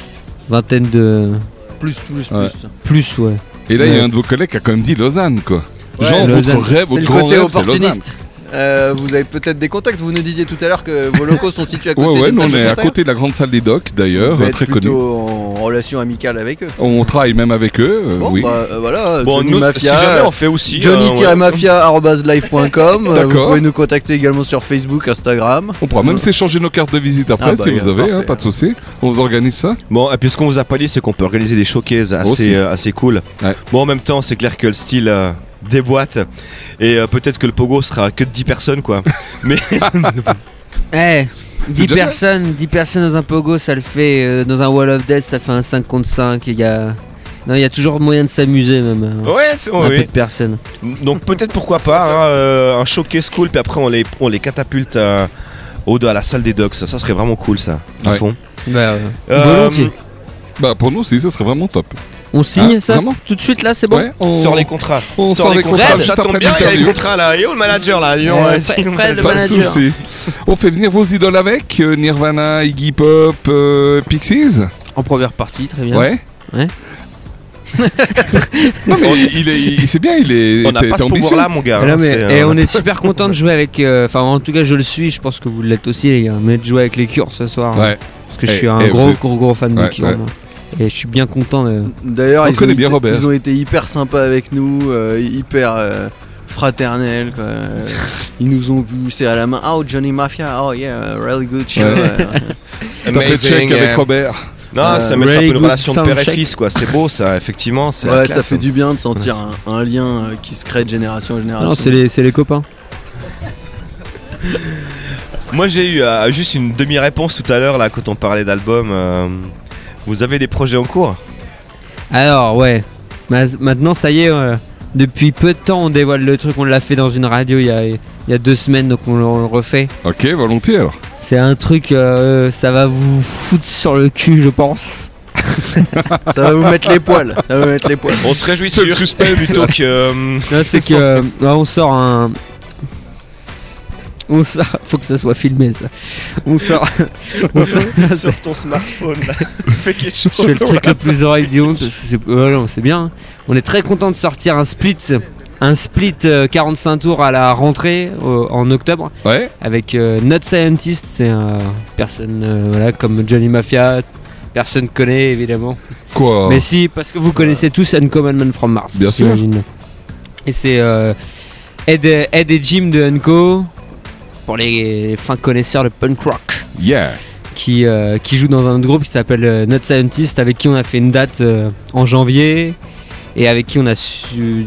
[SPEAKER 3] vingtaine de
[SPEAKER 4] plus, plus,
[SPEAKER 2] Bah, Ouais.
[SPEAKER 4] plus.
[SPEAKER 3] plus, ouais.
[SPEAKER 2] Et là, il y a
[SPEAKER 3] Ouais.
[SPEAKER 2] un de vos collègues qui a quand même dit Lausanne quoi.
[SPEAKER 4] Ouais,
[SPEAKER 2] Genre,
[SPEAKER 3] Lausanne.
[SPEAKER 2] votre rêve,
[SPEAKER 4] C'est
[SPEAKER 2] votre
[SPEAKER 4] le
[SPEAKER 2] grand
[SPEAKER 4] côté
[SPEAKER 2] rêve, c'est Lausanne.
[SPEAKER 4] opportuniste. Euh, vous avez peut-être des contacts. Vous nous disiez tout à l'heure que vos locaux sont situés à côté.
[SPEAKER 2] Ouais, ouais,
[SPEAKER 4] d'une
[SPEAKER 2] nous, on
[SPEAKER 4] salle de
[SPEAKER 2] est à
[SPEAKER 4] concert.
[SPEAKER 2] côté de la grande salle des docks
[SPEAKER 4] Vous
[SPEAKER 2] d'ailleurs,
[SPEAKER 4] devez être
[SPEAKER 2] très
[SPEAKER 4] plutôt
[SPEAKER 2] connue.
[SPEAKER 4] en relation amicale avec eux.
[SPEAKER 2] On travaille même avec eux, euh,
[SPEAKER 4] Bon,
[SPEAKER 2] oui.
[SPEAKER 4] bah euh, voilà.
[SPEAKER 1] bon,
[SPEAKER 4] Johnny
[SPEAKER 1] nous,
[SPEAKER 4] Mafia.
[SPEAKER 1] si jamais on fait aussi. euh, ouais.
[SPEAKER 4] Johnny-mafia.live.com. euh, vous
[SPEAKER 2] D'accord.
[SPEAKER 4] pouvez nous contacter également sur Facebook, Instagram.
[SPEAKER 2] On pourra même s'échanger nos cartes de visite après
[SPEAKER 4] Ah bah,
[SPEAKER 2] si vous
[SPEAKER 4] euh,
[SPEAKER 2] avez, hein,
[SPEAKER 4] parfait.
[SPEAKER 2] pas de souci. On vous organise ça.
[SPEAKER 1] Bon, et puis ce qu'on vous a pas dit, c'est qu'on peut organiser des showcases assez,
[SPEAKER 2] Aussi.
[SPEAKER 1] euh, assez cool.
[SPEAKER 2] Ouais.
[SPEAKER 1] Bon, en même temps, c'est clair que le style euh, déboîte. Et euh, peut-être que le pogo sera que de 10 personnes, quoi. Mais
[SPEAKER 3] Eh, 10
[SPEAKER 2] déjà bien.
[SPEAKER 3] personnes, 10 personnes dans un pogo, ça le fait. euh, dans un Wall of Death, ça fait un 5 contre 5. Il y a... Non, il y a toujours moyen de s'amuser, même. hein.
[SPEAKER 1] ouais, c'est
[SPEAKER 3] Un
[SPEAKER 1] Oh, oui.
[SPEAKER 3] peu de personnes.
[SPEAKER 1] Ah, Donc peut-être pourquoi pas hein, euh, un showcase cool, puis après on les, on les catapulte euh, au à la salle des docks. Ça, ça serait vraiment cool, ça. Ils
[SPEAKER 2] Ouais.
[SPEAKER 1] font.
[SPEAKER 3] Bah,
[SPEAKER 1] Euh,
[SPEAKER 3] Volontiers.
[SPEAKER 2] Bah pour nous, si, ça serait vraiment top.
[SPEAKER 3] On signe
[SPEAKER 2] Ah,
[SPEAKER 3] ça
[SPEAKER 2] vraiment
[SPEAKER 3] tout de suite là, c'est bon Euh,
[SPEAKER 2] Ouais, on-
[SPEAKER 1] Sort les contrats.
[SPEAKER 2] On sort les contrats juste
[SPEAKER 1] Ça tombe
[SPEAKER 2] après
[SPEAKER 1] bien, il y a les
[SPEAKER 2] l'interview.
[SPEAKER 1] contrats là. Et où le manager là Dis donc,
[SPEAKER 3] Euh,
[SPEAKER 1] ouais,
[SPEAKER 3] Fred-
[SPEAKER 1] sinon-
[SPEAKER 3] Fred, le
[SPEAKER 2] Pas de
[SPEAKER 3] manager.
[SPEAKER 2] souci. On fait venir vos idoles avec euh, Nirvana, Iggy Pop, euh, Pixies.
[SPEAKER 3] En première partie, très bien.
[SPEAKER 2] Ouais.
[SPEAKER 3] Ouais.
[SPEAKER 2] non mais il, il est, il- c'est bien, il est.
[SPEAKER 1] On n'a
[SPEAKER 2] t'es-
[SPEAKER 1] pas
[SPEAKER 2] t'es
[SPEAKER 1] ce pouvoir
[SPEAKER 2] ambitieux.
[SPEAKER 1] là, mon gars.
[SPEAKER 3] Ah non,
[SPEAKER 1] hein,
[SPEAKER 3] mais-
[SPEAKER 1] c'est,
[SPEAKER 3] et
[SPEAKER 1] euh,
[SPEAKER 3] on est super content de jouer avec. euh, Enfin, en tout cas, je le suis. Je pense que vous l'êtes aussi, les gars. Mais de jouer avec les Cures ce soir. hein,
[SPEAKER 2] Ouais.
[SPEAKER 3] parce que je
[SPEAKER 2] Eh,
[SPEAKER 3] suis un
[SPEAKER 2] eh, vous
[SPEAKER 3] gros,
[SPEAKER 2] êtes-
[SPEAKER 3] gros, gros fan
[SPEAKER 2] Ouais,
[SPEAKER 3] des Cures.
[SPEAKER 2] ouais.
[SPEAKER 3] moi. Et je suis bien content de.
[SPEAKER 4] D'ailleurs,
[SPEAKER 2] On
[SPEAKER 4] ils, ont
[SPEAKER 2] connaît
[SPEAKER 4] été-
[SPEAKER 2] bien Robert.
[SPEAKER 4] ils ont été hyper sympas avec nous, euh, hyper euh, fraternels. Quoi. Euh, Ils nous ont vu serrer la main. Oh, Johnny Mafia, oh yeah, really good show.
[SPEAKER 2] Ouais.
[SPEAKER 4] Euh,
[SPEAKER 2] T'as fait check avec Robert.
[SPEAKER 1] Non,
[SPEAKER 4] Euh,
[SPEAKER 1] ça met ça un peu
[SPEAKER 3] Really
[SPEAKER 1] une
[SPEAKER 3] Good
[SPEAKER 1] relation père et
[SPEAKER 3] Soundcheck.
[SPEAKER 1] fils, quoi. C'est beau, ça, effectivement. c'est la
[SPEAKER 4] Ouais, ça
[SPEAKER 1] classe,
[SPEAKER 4] fait
[SPEAKER 1] hein.
[SPEAKER 4] du bien de sentir un, un lien euh, qui se crée de génération en génération.
[SPEAKER 3] Non, c'est les, c'est les copains.
[SPEAKER 1] Moi, j'ai eu euh, juste une demi-réponse tout à l'heure, là, quand on parlait d'album. euh, vous avez des projets en cours
[SPEAKER 3] Alors, ouais. Ma- Maintenant, ça y est, euh, depuis peu de temps, on dévoile le truc. On l'a fait dans une radio il y a, il y a deux semaines, donc on le- on le refait.
[SPEAKER 2] Ok, volontiers alors.
[SPEAKER 3] C'est un truc, euh, ça va vous foutre sur le cul, je pense.
[SPEAKER 4] Ça va vous mettre les poils. Ça va vous mettre les poils.
[SPEAKER 1] On se réjouit
[SPEAKER 2] C'est le
[SPEAKER 1] sur
[SPEAKER 2] suspense.
[SPEAKER 1] plutôt que. euh,
[SPEAKER 3] Là, c'est que euh, là, on sort un. On sort. Faut que ça soit filmé, ça. On sort. On sort.
[SPEAKER 1] sur ton smartphone, là. Tu fais quelque chose.
[SPEAKER 3] Je fais le truc le plus oreille du monde parce que c'est voilà, on sait bien. hein. On est très content de sortir un split, un split euh, 45 tours à la rentrée euh, en octobre
[SPEAKER 2] Ouais.
[SPEAKER 3] avec euh, Not Scientist, c'est un personne euh, voilà comme Johnny Mafia, personne connaît évidemment.
[SPEAKER 2] Quoi
[SPEAKER 3] Mais si parce que vous connaissez tous Uncommon Man from Mars,
[SPEAKER 2] Oh. Euh. Bien sûr.
[SPEAKER 3] j'imagine. Et c'est euh, Ed, Ed et Jim de Unco pour les fins connaisseurs de punk rock
[SPEAKER 2] Yeah.
[SPEAKER 3] qui, euh, qui joue dans un autre groupe qui s'appelle euh, Not Scientist, avec qui on a fait une date euh, en janvier et avec qui on a su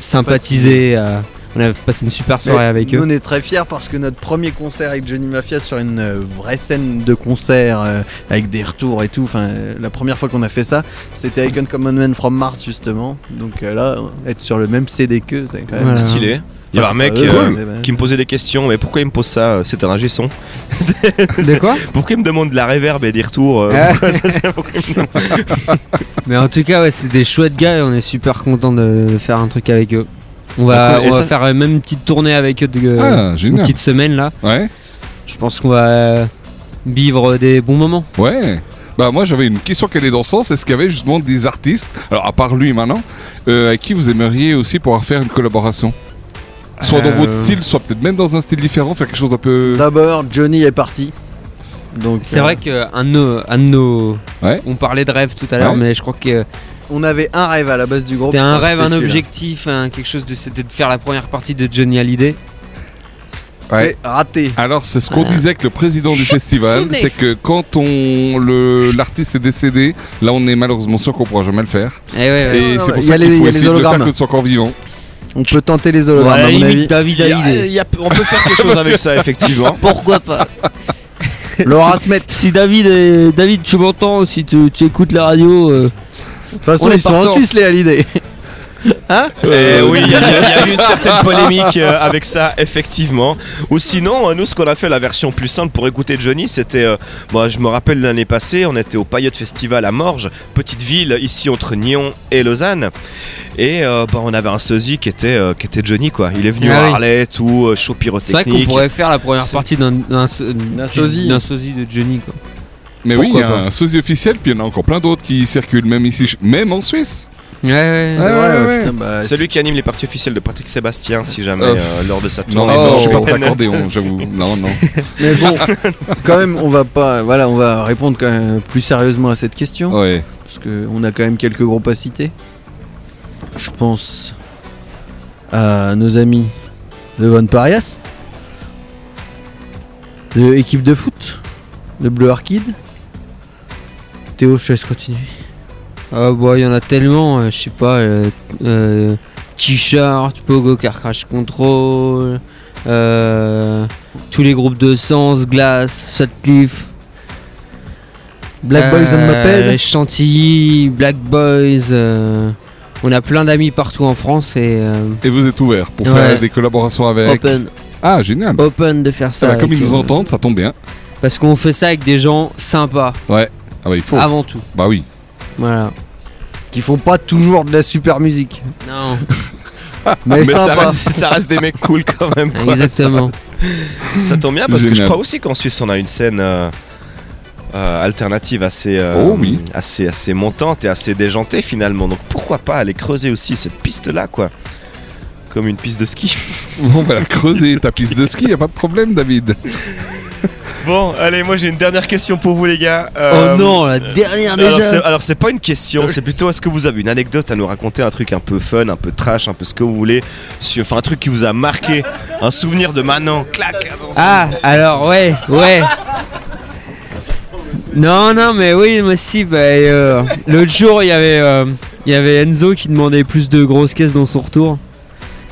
[SPEAKER 3] sympathiser. euh, on a passé une super soirée
[SPEAKER 4] Mais
[SPEAKER 3] avec
[SPEAKER 4] nous,
[SPEAKER 3] eux.
[SPEAKER 4] on est très fiers parce que notre premier concert avec Johnny Mafia sur une euh, vraie scène de concert euh, avec des retours et tout, enfin euh, la première fois qu'on a fait ça, c'était avec Uncommon Man from Mars justement. Donc euh, là, être sur le même CD que c'est quand même
[SPEAKER 3] Voilà.
[SPEAKER 1] Stylé. Il y avait
[SPEAKER 4] Enfin,
[SPEAKER 1] un mec
[SPEAKER 4] c'est pas eux, hein,
[SPEAKER 1] euh,
[SPEAKER 4] c'est pas-
[SPEAKER 1] qui me posait des questions, mais pourquoi il me pose ça euh, C'est un ingé son.
[SPEAKER 3] De quoi
[SPEAKER 1] Pourquoi il me demande de la reverb et des retours euh,
[SPEAKER 3] Ah.
[SPEAKER 1] pourquoi ça, c'est- pourquoi il me demande-
[SPEAKER 3] Mais en tout cas, ouais, c'est des chouettes gars et on est super content de, de faire un truc avec eux. On va,
[SPEAKER 1] Et
[SPEAKER 3] on va
[SPEAKER 1] ça-
[SPEAKER 3] faire euh, même une petite tournée avec eux, de,
[SPEAKER 2] Ah,
[SPEAKER 3] euh, une
[SPEAKER 2] génial.
[SPEAKER 3] petite semaine là.
[SPEAKER 2] Ouais.
[SPEAKER 3] Je pense qu'on va euh, vivre des bons moments.
[SPEAKER 2] Ouais. Bah moi j'avais une question qu'elle est dans ce sens, est-ce qu'il y avait justement des artistes, alors à part lui maintenant, euh, à qui vous aimeriez aussi pouvoir faire une collaboration Soit dans
[SPEAKER 3] Euh.
[SPEAKER 2] votre style, soit peut-être même dans un style différent, faire quelque chose d'un peu...
[SPEAKER 4] D'abord, Johnny est parti. Donc
[SPEAKER 3] C'est
[SPEAKER 4] euh,
[SPEAKER 3] vrai qu'un de nos. Un de nos
[SPEAKER 2] Ouais.
[SPEAKER 3] On parlait de rêve tout à l'heure,
[SPEAKER 2] Ouais.
[SPEAKER 3] mais je crois que.
[SPEAKER 4] euh, on avait un rêve à la base du groupe.
[SPEAKER 3] C'était un
[SPEAKER 4] je crois que
[SPEAKER 3] rêve, un
[SPEAKER 4] celui-là.
[SPEAKER 3] objectif, un- quelque chose de c'était de faire la première partie de Johnny Hallyday.
[SPEAKER 2] Ouais.
[SPEAKER 4] C'est raté.
[SPEAKER 2] Alors c'est ce qu'on disait avec le président du festival, c'est que quand on le l'artiste est décédé, là on est malheureusement sûr qu'on pourra jamais le faire.
[SPEAKER 3] Eh ouais, ouais.
[SPEAKER 2] Et
[SPEAKER 4] non,
[SPEAKER 2] c'est
[SPEAKER 4] il
[SPEAKER 2] pour
[SPEAKER 4] y
[SPEAKER 2] ça
[SPEAKER 4] a
[SPEAKER 2] qu'il
[SPEAKER 4] les- il y
[SPEAKER 2] faut
[SPEAKER 4] a les
[SPEAKER 2] essayer de le faire
[SPEAKER 4] hologrammes.
[SPEAKER 2] que de son corps vient.
[SPEAKER 4] On peut tenter les
[SPEAKER 3] Bon,
[SPEAKER 4] hologrammes
[SPEAKER 3] à la
[SPEAKER 4] euh, à mon
[SPEAKER 3] limite,
[SPEAKER 4] avis.
[SPEAKER 3] David
[SPEAKER 1] Il y a-
[SPEAKER 3] Hallyday.
[SPEAKER 1] il y a- On peut faire quelque chose avec ça, effectivement.
[SPEAKER 3] Pourquoi pas
[SPEAKER 4] Laura Smet.
[SPEAKER 3] Si David, est- David tu m'entends, si tu, tu écoutes la radio, euh,
[SPEAKER 4] De toute façon,
[SPEAKER 3] On est
[SPEAKER 4] ils sont en
[SPEAKER 3] partant.
[SPEAKER 4] Suisse les Hallyday.
[SPEAKER 1] Et Euh, oui, il y, a- il y a il y a eu une certaine polémique euh, avec ça, effectivement. Ou sinon, euh, nous, ce qu'on a fait, la version plus simple pour écouter Johnny, c'était. euh, moi, je me rappelle l'année passée, on était au Payotte Festival à Morges, petite ville ici entre Nyon et Lausanne. Et euh, bah, on avait un sosie qui était, euh, qui était Johnny, quoi. Il est venu
[SPEAKER 3] Ah
[SPEAKER 1] à
[SPEAKER 3] oui.
[SPEAKER 1] Harley, tout, euh, chaud
[SPEAKER 3] c'est vrai qu'on
[SPEAKER 1] pyrotechnique.
[SPEAKER 3] pourrait faire la première
[SPEAKER 1] C'est-
[SPEAKER 3] partie d'un d'un so- du-
[SPEAKER 4] sosie.
[SPEAKER 3] d'un sosie de Johnny. Quoi.
[SPEAKER 2] Mais oui, il
[SPEAKER 4] Pourquoi
[SPEAKER 2] y a un sosie officiel, puis il y en a encore plein d'autres qui circulent même ici, même en Suisse.
[SPEAKER 3] Ouais, ouais.
[SPEAKER 2] Ouais, ouais, ouais.
[SPEAKER 4] putain, bah,
[SPEAKER 1] C'est lui qui anime les parties officielles de Patrick Sébastien, si jamais,
[SPEAKER 2] Euh,
[SPEAKER 1] euh, lors de sa
[SPEAKER 2] Non,
[SPEAKER 1] tournée.
[SPEAKER 2] non,
[SPEAKER 3] Oh.
[SPEAKER 2] je vais pas
[SPEAKER 1] Internet.
[SPEAKER 2] t'accorder, j'avoue. Non, non.
[SPEAKER 4] Mais bon, quand même, on va pas. Voilà, on va répondre quand même plus sérieusement à cette question.
[SPEAKER 2] Ouais.
[SPEAKER 4] Parce qu'on a quand même quelques groupes à citer. Je pense à nos amis de Von Parias, de équipe de foot, de Bleu Arcade. Théo, je te laisse continuer.
[SPEAKER 3] Ah bah, il y en a tellement, euh, je sais pas, euh, euh, T-shirt, Pogo Car Crash Control, euh, tous les groupes de Sens, Glace, Sutcliffe.
[SPEAKER 4] Black Boys on
[SPEAKER 3] Euh,
[SPEAKER 4] Moped.
[SPEAKER 3] Chantilly, Black Boys. euh, on a plein d'amis partout en France et euh,
[SPEAKER 2] Et vous êtes ouvert pour
[SPEAKER 3] Ouais.
[SPEAKER 2] faire des collaborations avec.
[SPEAKER 3] open,
[SPEAKER 2] Ah, génial.
[SPEAKER 3] open de faire
[SPEAKER 2] Ah
[SPEAKER 3] ça.
[SPEAKER 2] bah, comme
[SPEAKER 3] avec euh,
[SPEAKER 2] ils nous
[SPEAKER 3] eux.
[SPEAKER 2] entendent, ça tombe bien.
[SPEAKER 3] Parce qu'on fait ça avec des gens sympas
[SPEAKER 2] Ah bah il faut.
[SPEAKER 3] avant tout.
[SPEAKER 2] Bah oui.
[SPEAKER 3] Voilà.
[SPEAKER 4] Qui font pas toujours de la super musique.
[SPEAKER 3] Non,
[SPEAKER 4] Mais,
[SPEAKER 1] Mais ça
[SPEAKER 4] sympa.
[SPEAKER 1] reste, ça reste des mecs cool quand même. quoi.
[SPEAKER 3] exactement.
[SPEAKER 1] Ça tombe bien parce que je
[SPEAKER 2] Génial.
[SPEAKER 1] crois aussi qu'en Suisse on a une scène euh, euh, alternative assez, euh,
[SPEAKER 2] Oh oui.
[SPEAKER 1] assez, assez montante et assez déjantée finalement. Donc pourquoi pas aller creuser aussi cette piste là quoi Comme une piste de ski.
[SPEAKER 2] Bon, bah creuser ta piste de ski, y a pas de problème, David.
[SPEAKER 1] Bon, allez, moi j'ai une dernière question pour vous les gars. Euh,
[SPEAKER 3] oh non,
[SPEAKER 4] euh,
[SPEAKER 3] la dernière
[SPEAKER 1] Alors
[SPEAKER 3] déjà.
[SPEAKER 1] c'est, alors, c'est pas une question, c'est plutôt est-ce que vous avez une anecdote à nous raconter, un truc un peu fun, un peu trash, un peu ce que vous voulez, sur- enfin un truc qui vous a marqué, un souvenir de Manon, clac. attention.
[SPEAKER 3] Ah, alors ouais, ouais. Non, non, mais oui, moi si. bah, euh, L'autre jour, il y avait, euh, il y avait Enzo qui demandait plus de grosses caisses dans son retour.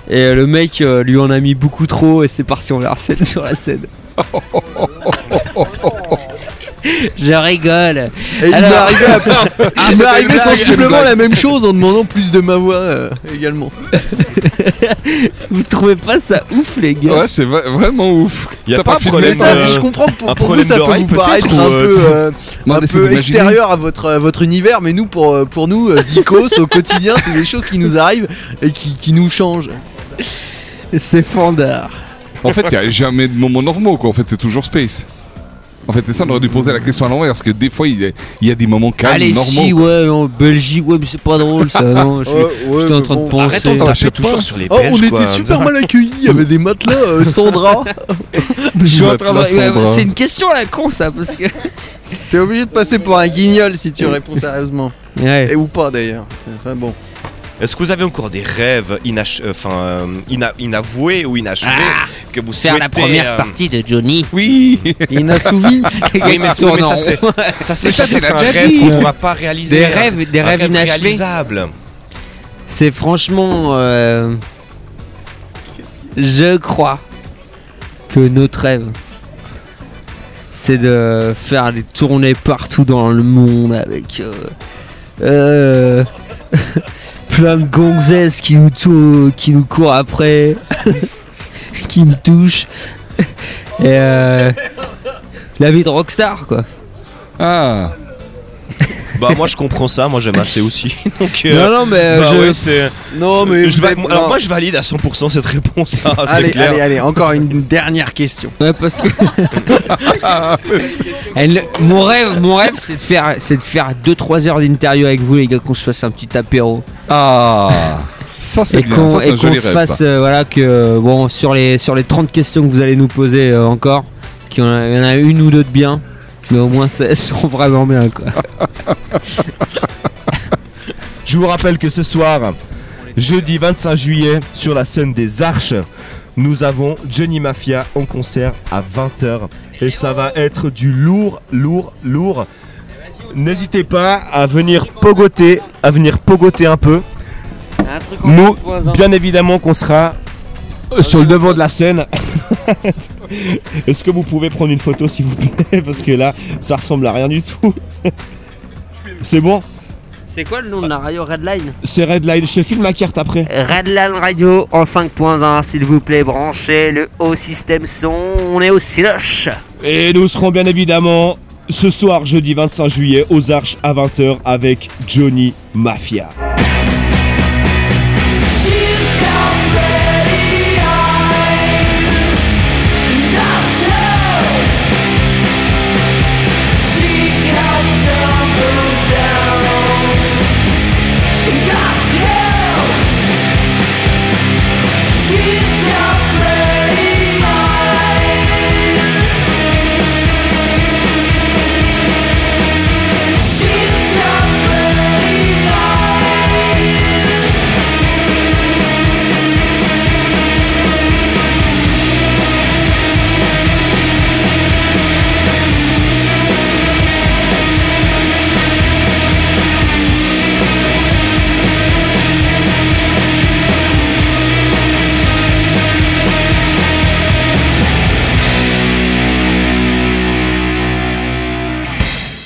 [SPEAKER 3] Et euh, le mec euh, lui en a mis beaucoup trop et c'est parti, on le harcèle sur la scène. Je rigole.
[SPEAKER 4] Et il
[SPEAKER 3] Alors-
[SPEAKER 4] m'est arrivé, à-
[SPEAKER 1] Ah,
[SPEAKER 4] il m'est arrivé
[SPEAKER 1] blague,
[SPEAKER 4] sensiblement la même chose en demandant plus de ma voix euh, également.
[SPEAKER 3] Vous trouvez pas ça ouf, les gars
[SPEAKER 2] Ouais, c'est va- vraiment ouf.
[SPEAKER 1] Il y a
[SPEAKER 2] T'as
[SPEAKER 1] pas
[SPEAKER 2] pas
[SPEAKER 1] de problème.
[SPEAKER 4] Mais ça,
[SPEAKER 1] euh,
[SPEAKER 4] je comprends pour,
[SPEAKER 1] un
[SPEAKER 4] pour vous
[SPEAKER 1] problème
[SPEAKER 4] ça peut
[SPEAKER 1] d'oreille,
[SPEAKER 4] vous paraître
[SPEAKER 1] peut-être,
[SPEAKER 4] un
[SPEAKER 1] ou,
[SPEAKER 4] peu,
[SPEAKER 1] euh,
[SPEAKER 4] euh,
[SPEAKER 2] Non,
[SPEAKER 4] un
[SPEAKER 2] mais c'est
[SPEAKER 4] peu
[SPEAKER 2] d'imaginer.
[SPEAKER 4] extérieur à votre, à votre univers, mais nous pour, euh, pour nous, euh, Zikos au quotidien, c'est des choses qui nous arrivent et qui, qui nous changent.
[SPEAKER 3] C'est fandard.
[SPEAKER 2] En fait, il n'y a jamais de moments normaux, quoi. En fait, c'est toujours space. En fait, c'est ça, on aurait dû poser la question à l'envers, parce que des fois, il y a, il y a des moments calmes,
[SPEAKER 3] Allez, si,
[SPEAKER 2] normaux.
[SPEAKER 3] ouais, en Belgique, ouais, mais c'est pas drôle ça. Non,
[SPEAKER 1] Euh,
[SPEAKER 3] je suis- j'étais en train de penser.
[SPEAKER 1] Arrêtons de taper
[SPEAKER 2] Achète
[SPEAKER 1] toujours
[SPEAKER 2] pas.
[SPEAKER 1] sur les
[SPEAKER 4] Oh,
[SPEAKER 1] Belges.
[SPEAKER 4] on
[SPEAKER 1] quoi,
[SPEAKER 4] était
[SPEAKER 1] Hamza.
[SPEAKER 4] super mal accueillis, il y avait des matelas euh, sans drap.
[SPEAKER 3] Je suis en
[SPEAKER 2] Matelas
[SPEAKER 3] train de-
[SPEAKER 2] sans
[SPEAKER 3] ouais,
[SPEAKER 2] bras.
[SPEAKER 3] C'est une question à la con ça, parce que.
[SPEAKER 4] T'es obligé de passer pour un guignol si tu réponds sérieusement.
[SPEAKER 3] Ouais.
[SPEAKER 4] Et ou pas d'ailleurs. Enfin bon.
[SPEAKER 1] Est-ce que vous avez encore des rêves inach... euh, enfin, euh, ina- inavoués ou inachevés
[SPEAKER 3] Ah,
[SPEAKER 1] que vous souhaitez euh,
[SPEAKER 3] de Johnny.
[SPEAKER 2] Oui
[SPEAKER 1] Oui,
[SPEAKER 4] Inassouvi.
[SPEAKER 1] mais, oui, mais ça c'est ça c'est ça, c'est un rêve qu'on ne va pas réaliser.
[SPEAKER 3] Des
[SPEAKER 1] un-
[SPEAKER 3] rêves, des
[SPEAKER 1] un
[SPEAKER 3] rêves
[SPEAKER 1] rêve
[SPEAKER 3] inachevés.
[SPEAKER 1] réalisable.
[SPEAKER 3] C'est franchement. euh, je crois que notre rêve, c'est de faire des tournées partout dans le monde avec. euh, euh, plein de gonzesses qui nous, tou- qui nous courent après, qui me touchent. Et euh, la vie de rockstar, quoi.
[SPEAKER 2] Ah
[SPEAKER 1] Bah moi je comprends ça, moi j'aime assez aussi. Donc euh,
[SPEAKER 3] non, non, mais euh,
[SPEAKER 1] bah
[SPEAKER 3] je- Oh,
[SPEAKER 1] ouais, c'est-
[SPEAKER 4] Non
[SPEAKER 1] c'est-
[SPEAKER 4] mais
[SPEAKER 1] je
[SPEAKER 4] vous
[SPEAKER 1] va-
[SPEAKER 4] êtes-
[SPEAKER 1] alors
[SPEAKER 4] non.
[SPEAKER 1] moi je valide à 100% cette réponse. hein, c'est
[SPEAKER 4] allez,
[SPEAKER 1] clair.
[SPEAKER 4] allez, allez, encore une dernière question.
[SPEAKER 3] Ouais, parce que. Elle- mon rêve, mon rêve c'est de faire c'est de faire 2-3 heures d'interview avec vous, les gars, qu'on se fasse un petit apéro.
[SPEAKER 2] Ah Ça, c'est
[SPEAKER 3] Et
[SPEAKER 2] bien,
[SPEAKER 3] qu'on
[SPEAKER 2] ça, c'est
[SPEAKER 3] et
[SPEAKER 2] un
[SPEAKER 3] qu'on
[SPEAKER 2] joli
[SPEAKER 3] se
[SPEAKER 2] rêve,
[SPEAKER 3] fasse.
[SPEAKER 2] ça.
[SPEAKER 3] euh, voilà, que. Bon, sur les, sur les 30 questions que vous allez nous poser euh, encore, qu'il y en a, il y en a une ou deux de bien, mais au moins elles sont vraiment bien, quoi.
[SPEAKER 1] Je vous rappelle que ce soir, jeudi 25 juillet, sur la scène des Arches, nous avons Johnny Mafia en concert à 20h. Et ça va être du lourd, lourd, lourd. N'hésitez pas à venir pogoter, à venir pogoter un peu. Nous, bien évidemment qu'on sera euh, sur le devant de la scène. Est-ce que vous pouvez prendre une photo s'il vous plaît Parce que là, ça ressemble à rien du tout. C'est bon
[SPEAKER 3] C'est quoi le nom de la radio Redline
[SPEAKER 1] C'est Redline. Je te filme la carte après.
[SPEAKER 3] Redline Radio en 5.1, s'il vous plaît, branchez le haut système son, on est au siloche.
[SPEAKER 1] Et nous serons bien évidemment ce soir, jeudi 25 juillet, aux Arches à 20h avec Johnny Mafia.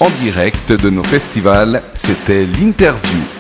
[SPEAKER 7] En direct de nos festivals, c'était l'interview.